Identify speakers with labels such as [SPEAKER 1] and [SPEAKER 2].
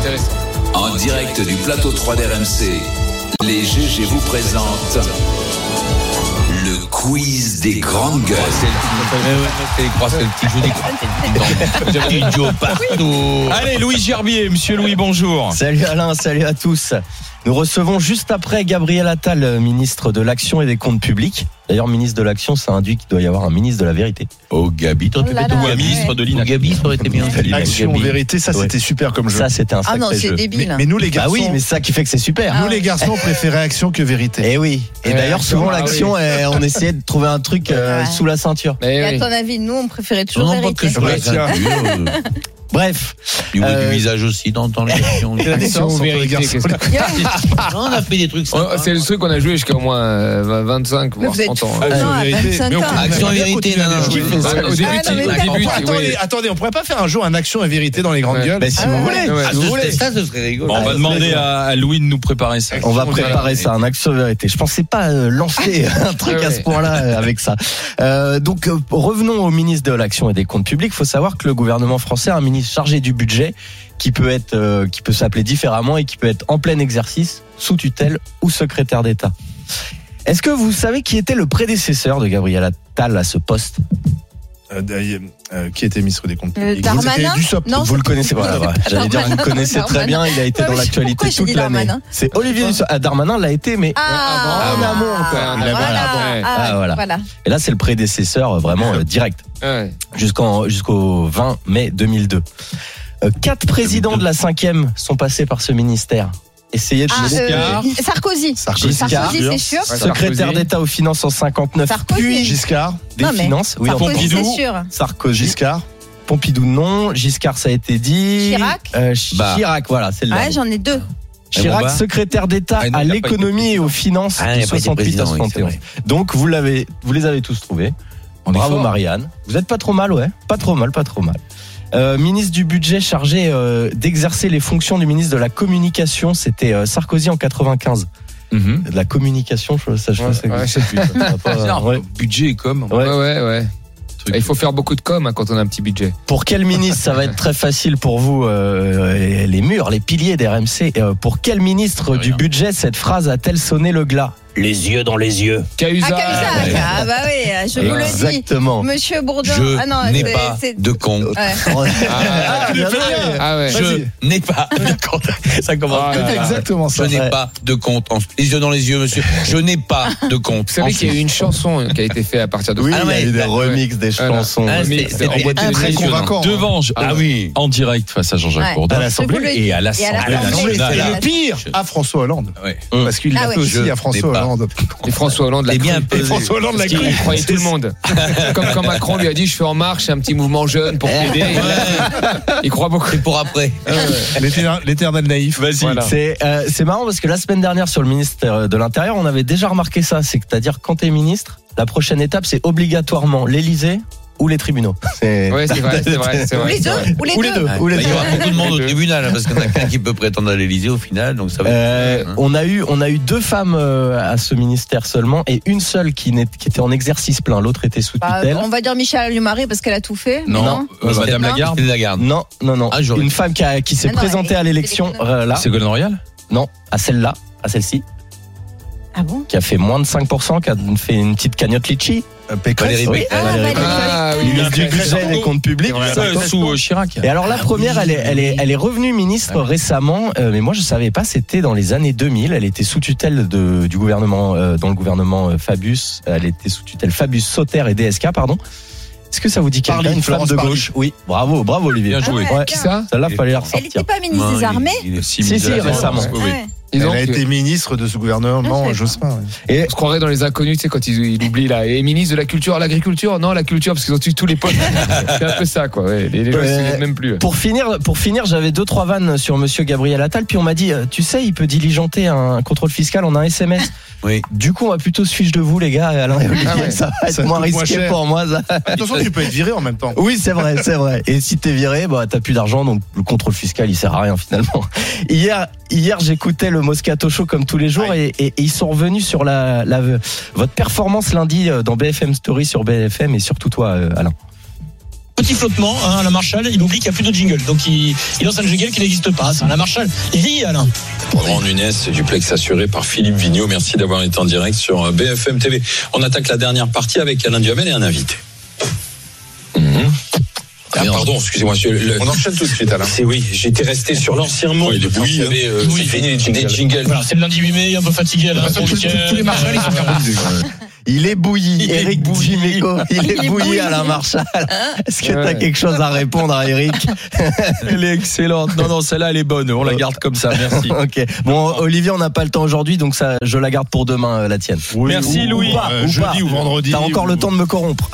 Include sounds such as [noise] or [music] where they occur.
[SPEAKER 1] intéressant.
[SPEAKER 2] En direct du plateau 3 d'RMC, les GG vous présentent le quiz des grandes gueules.
[SPEAKER 3] C'est le petit jeu des J'avais du Joe partout. Allez, Louis Gerbier, monsieur Louis, bonjour.
[SPEAKER 4] Salut Alain, salut à tous. Nous recevons juste après Gabriel Attal, ministre de l'Action et des Comptes Publics. D'ailleurs, ministre de l'Action, ça induit qu'il doit y avoir un ministre de la vérité.
[SPEAKER 3] Oh, Gabi, toi, tu
[SPEAKER 5] Oh là
[SPEAKER 3] plutôt
[SPEAKER 5] là,
[SPEAKER 3] un
[SPEAKER 5] ouais.
[SPEAKER 3] ministre de l'INAC.
[SPEAKER 6] Gabi, ça aurait été bien.
[SPEAKER 7] Action,
[SPEAKER 3] Gabi.
[SPEAKER 7] vérité, ça
[SPEAKER 4] Ouais.
[SPEAKER 7] c'était super comme jeu.
[SPEAKER 4] Ça, c'était un
[SPEAKER 5] Ah
[SPEAKER 4] sacré
[SPEAKER 5] non, c'est
[SPEAKER 4] jeu.
[SPEAKER 5] débile.
[SPEAKER 7] mais nous les
[SPEAKER 4] Bah
[SPEAKER 7] garçons,
[SPEAKER 4] oui, mais c'est ça qui fait que c'est super.
[SPEAKER 5] Ah
[SPEAKER 7] nous
[SPEAKER 5] ouais.
[SPEAKER 7] les garçons on préférait action
[SPEAKER 4] [laughs]
[SPEAKER 7] que vérité.
[SPEAKER 4] Eh oui. Et
[SPEAKER 1] Ouais,
[SPEAKER 4] d'ailleurs, souvent,
[SPEAKER 1] ah oui.
[SPEAKER 4] l'action, eh, on essayait de trouver un truc euh,
[SPEAKER 5] Ouais.
[SPEAKER 4] sous la ceinture.
[SPEAKER 1] Mais
[SPEAKER 5] Et
[SPEAKER 1] Eh oui.
[SPEAKER 5] à ton avis, nous, on préférait toujours
[SPEAKER 6] Non, pas
[SPEAKER 5] vérité.
[SPEAKER 6] que je euh,
[SPEAKER 7] Ouais,
[SPEAKER 6] tiens.
[SPEAKER 4] Bref,
[SPEAKER 6] Du haut
[SPEAKER 4] Euh,
[SPEAKER 6] du visage aussi dans, dans l'émission.
[SPEAKER 1] Action,
[SPEAKER 7] Action,
[SPEAKER 1] vérité,
[SPEAKER 7] garçons.
[SPEAKER 1] qu'est-ce que-
[SPEAKER 6] on a fait des trucs
[SPEAKER 1] Oh,
[SPEAKER 6] sympas.
[SPEAKER 1] C'est le truc qu'on a joué jusqu'à au moins euh, 25,
[SPEAKER 5] Mais
[SPEAKER 1] voire
[SPEAKER 5] vous êtes
[SPEAKER 1] 30 ans.
[SPEAKER 5] fous,
[SPEAKER 1] hein.
[SPEAKER 5] non, à
[SPEAKER 7] vérité.
[SPEAKER 5] 25
[SPEAKER 7] Mais on
[SPEAKER 5] ans.
[SPEAKER 7] comprend-
[SPEAKER 6] Action et
[SPEAKER 7] Bien
[SPEAKER 6] vérité,
[SPEAKER 7] continuer
[SPEAKER 6] non,
[SPEAKER 7] à
[SPEAKER 6] non.
[SPEAKER 7] jouer.
[SPEAKER 6] non,
[SPEAKER 1] Bah,
[SPEAKER 6] non.
[SPEAKER 1] Au début, tu-
[SPEAKER 5] Ah, non, mais
[SPEAKER 1] au
[SPEAKER 5] d'accord.
[SPEAKER 1] début, tu-
[SPEAKER 7] Pourquoi- Ah, attendez,
[SPEAKER 1] ouais.
[SPEAKER 7] attendez, on pourrait pas faire un jour un action et vérité dans les grandes
[SPEAKER 1] Ouais.
[SPEAKER 7] gueules
[SPEAKER 4] bah, si
[SPEAKER 5] Ah
[SPEAKER 4] vous
[SPEAKER 5] ouais.
[SPEAKER 4] voulez,
[SPEAKER 1] Ouais.
[SPEAKER 6] Ah,
[SPEAKER 7] Si vous voulez.
[SPEAKER 6] ce- ça, ce serait rigolo.
[SPEAKER 3] Bon, on va demander à, à Louis de nous préparer ça.
[SPEAKER 4] on va
[SPEAKER 7] Action,
[SPEAKER 4] préparer
[SPEAKER 6] vérité.
[SPEAKER 4] ça, un action vérité. Je pensais pas euh, lancer [laughs] un truc
[SPEAKER 1] Ouais,
[SPEAKER 4] à
[SPEAKER 1] ouais.
[SPEAKER 4] ce point-là euh, avec ça. Euh, donc, euh, revenons au ministre de l'Action et des Comptes Publics. Il faut savoir que le gouvernement français a un ministre chargé du budget qui peut être, euh, qui peut s'appeler différemment et qui peut être en plein exercice, sous tutelle ou secrétaire d'État. Est-ce que vous savez qui était le prédécesseur de Gabriel Attal à ce poste
[SPEAKER 7] Euh, d'ailleurs, euh, qui était ministre des comptes
[SPEAKER 5] Euh,
[SPEAKER 7] publics
[SPEAKER 5] Darmanin
[SPEAKER 7] C'était Dussopt.
[SPEAKER 5] Non,
[SPEAKER 4] Vous le connaissez pas. voilà. J'allais dire, vous le connaissez très bien. Il a été
[SPEAKER 5] Ouais,
[SPEAKER 4] dans
[SPEAKER 5] mais je sais
[SPEAKER 4] l'actualité
[SPEAKER 5] pourquoi j'ai
[SPEAKER 4] toute
[SPEAKER 5] dit
[SPEAKER 4] l'année.
[SPEAKER 5] Darmanin.
[SPEAKER 4] C'est Olivier Dussopt. Ah, Darmanin l'a été, mais
[SPEAKER 5] Ah,
[SPEAKER 1] Ah,
[SPEAKER 4] en
[SPEAKER 1] bon.
[SPEAKER 4] amont encore.
[SPEAKER 1] Ah,
[SPEAKER 4] Il avait-
[SPEAKER 5] voilà.
[SPEAKER 1] voilà.
[SPEAKER 5] Ah,
[SPEAKER 4] Ah, voilà.
[SPEAKER 5] voilà.
[SPEAKER 4] Et là, c'est le prédécesseur euh, vraiment euh, direct
[SPEAKER 1] Ouais.
[SPEAKER 4] jusqu'en jusqu'au 20 mai 2002. Euh, quatre présidents de la cinquième sont passés par ce ministère. Essayez de
[SPEAKER 5] Ah,
[SPEAKER 4] vous-
[SPEAKER 5] euh, Sarkozy.
[SPEAKER 7] Sarkozy.
[SPEAKER 5] Sarkozy, c'est sûr.
[SPEAKER 1] Ouais,
[SPEAKER 4] secrétaire
[SPEAKER 1] Sarkozy.
[SPEAKER 4] d'État aux finances en 59,
[SPEAKER 5] Sarkozy.
[SPEAKER 4] puis
[SPEAKER 7] Giscard,
[SPEAKER 4] des
[SPEAKER 5] Non, mais-
[SPEAKER 4] finances. Oui, enfin,
[SPEAKER 5] Sarkozy,
[SPEAKER 4] Pompidou,
[SPEAKER 5] c'est sûr.
[SPEAKER 4] Sarkozy,
[SPEAKER 7] Giscard.
[SPEAKER 4] Pompidou non, Giscard ça a été dit.
[SPEAKER 5] Chirac.
[SPEAKER 4] Euh, Ch-
[SPEAKER 6] Bah.
[SPEAKER 4] Chirac, voilà, c'est le
[SPEAKER 5] Ouais,
[SPEAKER 4] dernier.
[SPEAKER 5] j'en ai deux.
[SPEAKER 4] Chirac,
[SPEAKER 6] Raymond Barre.
[SPEAKER 4] secrétaire d'État
[SPEAKER 6] Ah, il n'a
[SPEAKER 4] à
[SPEAKER 6] pas été
[SPEAKER 4] l'économie et aux finances
[SPEAKER 6] Ah, il
[SPEAKER 4] de
[SPEAKER 6] n'a pas été
[SPEAKER 4] 68 à
[SPEAKER 6] président, oui, c'est
[SPEAKER 4] 71.
[SPEAKER 6] vrai.
[SPEAKER 4] Donc vous l'avez, vous les avez tous trouvés. Bravo Marianne. Vous êtes pas trop mal, ouais. Pas trop mal, pas trop mal. Euh, ministre du budget chargé euh, d'exercer les fonctions du ministre de la communication, c'était euh, Sarkozy en 95.
[SPEAKER 6] Mm-hmm.
[SPEAKER 3] Mhm.
[SPEAKER 4] De la communication, je, ça, je
[SPEAKER 1] Ouais,
[SPEAKER 4] sais que-
[SPEAKER 1] ouais, je sais plus.
[SPEAKER 4] ça va pas,
[SPEAKER 1] [laughs]
[SPEAKER 6] Genre,
[SPEAKER 4] ouais.
[SPEAKER 6] Budget et com.
[SPEAKER 4] Ouais.
[SPEAKER 1] Ouais, ouais, ouais. Il faut faire beaucoup de com hein, quand on a un petit budget.
[SPEAKER 5] Ah,
[SPEAKER 4] Pour quel ministre ça va être très facile pour vous euh, les murs, les piliers des RMC. euh, pour quel ministre du
[SPEAKER 6] Rien.
[SPEAKER 4] budget cette phrase a-t-elle sonné le glas
[SPEAKER 6] Les yeux dans les yeux.
[SPEAKER 5] Ah,
[SPEAKER 1] Cahuzac.
[SPEAKER 5] Cahuzac. Ah, bah oui, je vous le dis.
[SPEAKER 4] Exactement.
[SPEAKER 5] Monsieur Bourdon. ah non,
[SPEAKER 6] Je n'ai
[SPEAKER 5] c'est-
[SPEAKER 6] pas
[SPEAKER 5] c'est-
[SPEAKER 6] de con.
[SPEAKER 5] ouais.
[SPEAKER 1] Ah,
[SPEAKER 4] bien joué.
[SPEAKER 1] ah ouais.
[SPEAKER 6] Je n'ai pas de con. Ça commence.
[SPEAKER 1] Ah, là,
[SPEAKER 7] C'est
[SPEAKER 1] là.
[SPEAKER 7] exactement
[SPEAKER 6] Je
[SPEAKER 7] ça.
[SPEAKER 6] n'ai
[SPEAKER 4] Ouais.
[SPEAKER 6] pas de compte. en- Les yeux dans les yeux, monsieur. Je n'ai pas de compte.
[SPEAKER 1] Vous savez qu'il y a eu une chanson qui a été faite à partir de
[SPEAKER 4] Oui,
[SPEAKER 6] Ah
[SPEAKER 4] il y a
[SPEAKER 6] ouais,
[SPEAKER 4] eu des
[SPEAKER 6] d'accord,
[SPEAKER 4] remixes des
[SPEAKER 1] Voilà.
[SPEAKER 4] chansons.
[SPEAKER 6] Ah,
[SPEAKER 1] Mais
[SPEAKER 6] c'est-
[SPEAKER 1] c'est en boîte
[SPEAKER 6] C'était
[SPEAKER 1] de
[SPEAKER 7] Très
[SPEAKER 1] nuit,
[SPEAKER 7] convaincant. hein.
[SPEAKER 3] Devant, je-
[SPEAKER 6] Ah oui.
[SPEAKER 3] en direct face à Jean-Jacques
[SPEAKER 5] Ouais.
[SPEAKER 3] Bourdin.
[SPEAKER 4] À l'Assemblée
[SPEAKER 5] Je vous le dis.
[SPEAKER 3] Et à
[SPEAKER 5] Et à
[SPEAKER 3] l'Assemblée
[SPEAKER 7] Ah,
[SPEAKER 5] l'Assemblée.
[SPEAKER 3] nationale.
[SPEAKER 7] Et le pire
[SPEAKER 6] Je-
[SPEAKER 7] à François Hollande.
[SPEAKER 6] Ouais.
[SPEAKER 7] Parce qu'il
[SPEAKER 5] Ah
[SPEAKER 7] l'a
[SPEAKER 5] ouais.
[SPEAKER 7] fait aussi à
[SPEAKER 6] Je n'ai
[SPEAKER 7] François
[SPEAKER 6] pas.
[SPEAKER 7] Hollande.
[SPEAKER 1] Et François Hollande l'a
[SPEAKER 6] C'est Eh bien
[SPEAKER 1] cru.
[SPEAKER 6] pesé.
[SPEAKER 7] François Hollande l'a
[SPEAKER 1] Parce qu'il
[SPEAKER 7] cru.
[SPEAKER 1] croyait tout le monde. Comme quand Macron lui a dit je fais en marche, un petit mouvement jeune pour t'aider. Il croit beaucoup.
[SPEAKER 6] C'est pour après.
[SPEAKER 7] L'éternel l'éternel naïf.
[SPEAKER 3] Vas-y.
[SPEAKER 1] Voilà.
[SPEAKER 4] C'est euh, c'est marrant parce que la semaine dernière sur le ministère de l'Intérieur, on avait déjà remarqué ça, c'est que c'est-à-dire quand t'es ministre, la prochaine étape c'est obligatoirement l'Élysée ou les tribunaux. C'est-
[SPEAKER 1] Ouais, c'est vrai, c'est vrai, c'est
[SPEAKER 5] Ou
[SPEAKER 1] vrai.
[SPEAKER 5] les deux. Ou les
[SPEAKER 4] Ou les
[SPEAKER 5] deux.
[SPEAKER 4] deux.
[SPEAKER 6] Ouais.
[SPEAKER 4] ou les
[SPEAKER 6] Bah, il y
[SPEAKER 4] deux.
[SPEAKER 6] aura beaucoup de monde au tribunal, hein, parce qu'il y en a qu'un qui peut prétendre à l'Elysée au final, donc ça va
[SPEAKER 4] Euh,
[SPEAKER 6] être.
[SPEAKER 4] on a eu on a eu deux femmes euh, à ce ministère seulement et une seule qui, n'est- qui était en exercice plein, l'autre était sous
[SPEAKER 5] Bah,
[SPEAKER 4] tutelle.
[SPEAKER 5] on va dire Michel Allumaré parce qu'elle a tout fait.
[SPEAKER 3] Non, euh,
[SPEAKER 5] Non.
[SPEAKER 3] Madame
[SPEAKER 5] Non.
[SPEAKER 3] Lagarde.
[SPEAKER 6] Il la garde.
[SPEAKER 4] Non, non, non.
[SPEAKER 6] Ah, j'aurais-
[SPEAKER 4] une femme qui, a- qui s'est
[SPEAKER 5] Ah non,
[SPEAKER 4] présentée
[SPEAKER 5] elle-
[SPEAKER 4] à l'élection
[SPEAKER 5] elle est
[SPEAKER 4] euh, là.
[SPEAKER 3] Ségolène Royal
[SPEAKER 4] Non, à celle-là, à celle-ci,
[SPEAKER 5] Ah bon
[SPEAKER 4] qui a fait moins de 5%, qui a fait une petite cagnotte litchi. euh,
[SPEAKER 6] Valérie
[SPEAKER 4] oui.
[SPEAKER 6] Pécresse.
[SPEAKER 5] Ah, Valérie
[SPEAKER 1] Ah oui,
[SPEAKER 4] ministre du
[SPEAKER 1] après,
[SPEAKER 4] budget et des comptes publics.
[SPEAKER 3] Euh, Sous euh, Chirac.
[SPEAKER 4] Et alors la
[SPEAKER 5] Ah
[SPEAKER 4] première, elle est, elle est, elle est revenue ministre récemment, euh, mais moi je savais pas. C'était dans les années 2000. Elle était sous tutelle de, du gouvernement, euh, dans le gouvernement euh, Fabius. Elle était sous tutelle Fabius Sauter et DSK, pardon. Est-ce que ça vous dit quelque
[SPEAKER 7] Parly,
[SPEAKER 4] chose Une femme
[SPEAKER 7] Florence
[SPEAKER 4] de
[SPEAKER 7] Parly.
[SPEAKER 4] gauche. Oui. Bravo, bravo Olivier.
[SPEAKER 3] Bien
[SPEAKER 5] Ah
[SPEAKER 3] joué.
[SPEAKER 5] ouais,
[SPEAKER 4] Ouais.
[SPEAKER 5] d'accord.
[SPEAKER 1] ça
[SPEAKER 4] Celle-là, fallait la
[SPEAKER 5] Elle
[SPEAKER 4] ressortir.
[SPEAKER 5] n'était pas
[SPEAKER 6] Non,
[SPEAKER 5] ministre des
[SPEAKER 6] il-
[SPEAKER 5] armées
[SPEAKER 6] il est-
[SPEAKER 4] Si, si, récemment.
[SPEAKER 1] Ouais.
[SPEAKER 3] Oui, oui.
[SPEAKER 1] Dis
[SPEAKER 7] Elle
[SPEAKER 1] donc,
[SPEAKER 7] a été ministre de ce
[SPEAKER 5] Ah,
[SPEAKER 7] gouvernement euh,
[SPEAKER 5] je sais
[SPEAKER 7] Jospin. ouais.
[SPEAKER 4] Et
[SPEAKER 1] On se croirait dans les inconnus, tu sais, quand ils, ils oublient là. Et ministre de la culture, l'agriculture, non, la culture, parce qu'ils ont tué tous les
[SPEAKER 4] [laughs]
[SPEAKER 1] postes. C'est un peu ça, quoi. ouais. Les, les gens, ils se
[SPEAKER 4] Ouais.
[SPEAKER 1] souviennent même plus.
[SPEAKER 4] Pour finir, pour finir, j'avais deux trois vannes sur Monsieur Gabriel Attal, puis on m'a dit, euh, tu sais, il peut diligenter un contrôle fiscal en un [laughs] SMS.
[SPEAKER 6] Oui.
[SPEAKER 4] Du coup, on va plutôt se fiche de vous, les gars, Alain et Olivier.
[SPEAKER 1] Ah ouais.
[SPEAKER 4] Ça va être
[SPEAKER 7] Ça
[SPEAKER 4] moins
[SPEAKER 7] coûte moins
[SPEAKER 4] risqué
[SPEAKER 7] cher.
[SPEAKER 4] pour moi. ça.
[SPEAKER 7] De toute façon, tu peux être viré en même temps.
[SPEAKER 4] [laughs] Oui, c'est vrai, c'est vrai. Et si t'es viré, bah t'as plus d'argent, donc le contrôle fiscal, il sert à rien finalement. [laughs] Hier, hier, j'écoutais le Moscato Show comme tous les jours, et, et- et ils sont revenus sur la, la votre performance lundi euh, dans BFM Story sur BFM, et surtout toi, euh, Alain.
[SPEAKER 8] petit flottement hein, à la Marshall, il oublie qu'il n'y a plus de jingle. Donc il, il lance un jingle qui n'existe pas. Ça. La Marshall, il y Alain.
[SPEAKER 9] Laurent Nunes, duplex assuré par Philippe Vigneault. Merci d'avoir été en direct sur euh, BFM TV. On attaque la dernière partie avec Alain Duhamel et un invité. Ah, pardon, excusez-moi. monsieur, le-
[SPEAKER 2] Mhm. On enchaîne tout de suite, Alain.
[SPEAKER 9] C'est oui, j'étais resté sur l'ancien mot.
[SPEAKER 2] il est bouilli,
[SPEAKER 9] Vous savez, euh,
[SPEAKER 8] Oui.
[SPEAKER 9] c'est fini les jingles.
[SPEAKER 8] Voilà, c'est le lundi 8 mai, un peu fatigué. Alain, pour le week-end.
[SPEAKER 1] Marshall, ils sont carbonisés.
[SPEAKER 4] Il est bouilli,
[SPEAKER 8] Il est
[SPEAKER 4] Eric
[SPEAKER 8] bouilli.
[SPEAKER 4] Dimeco. Il est bouilli à la Marshall. Est-ce que t'as
[SPEAKER 1] Ouais.
[SPEAKER 4] quelque chose à répondre à Eric
[SPEAKER 3] [laughs] Elle est excellente. Non, non, celle-là, elle est bonne. On la garde comme ça. Merci.
[SPEAKER 4] [laughs] Ok. Bon, Olivier, on n'a pas le temps aujourd'hui, donc ça, je la garde pour demain, euh, la tienne.
[SPEAKER 3] Merci, Louis.
[SPEAKER 4] Ou pas,
[SPEAKER 7] Euh,
[SPEAKER 4] ou pas.
[SPEAKER 7] jeudi ou vendredi.
[SPEAKER 4] T'as encore
[SPEAKER 7] ou-
[SPEAKER 4] le temps de me corrompre.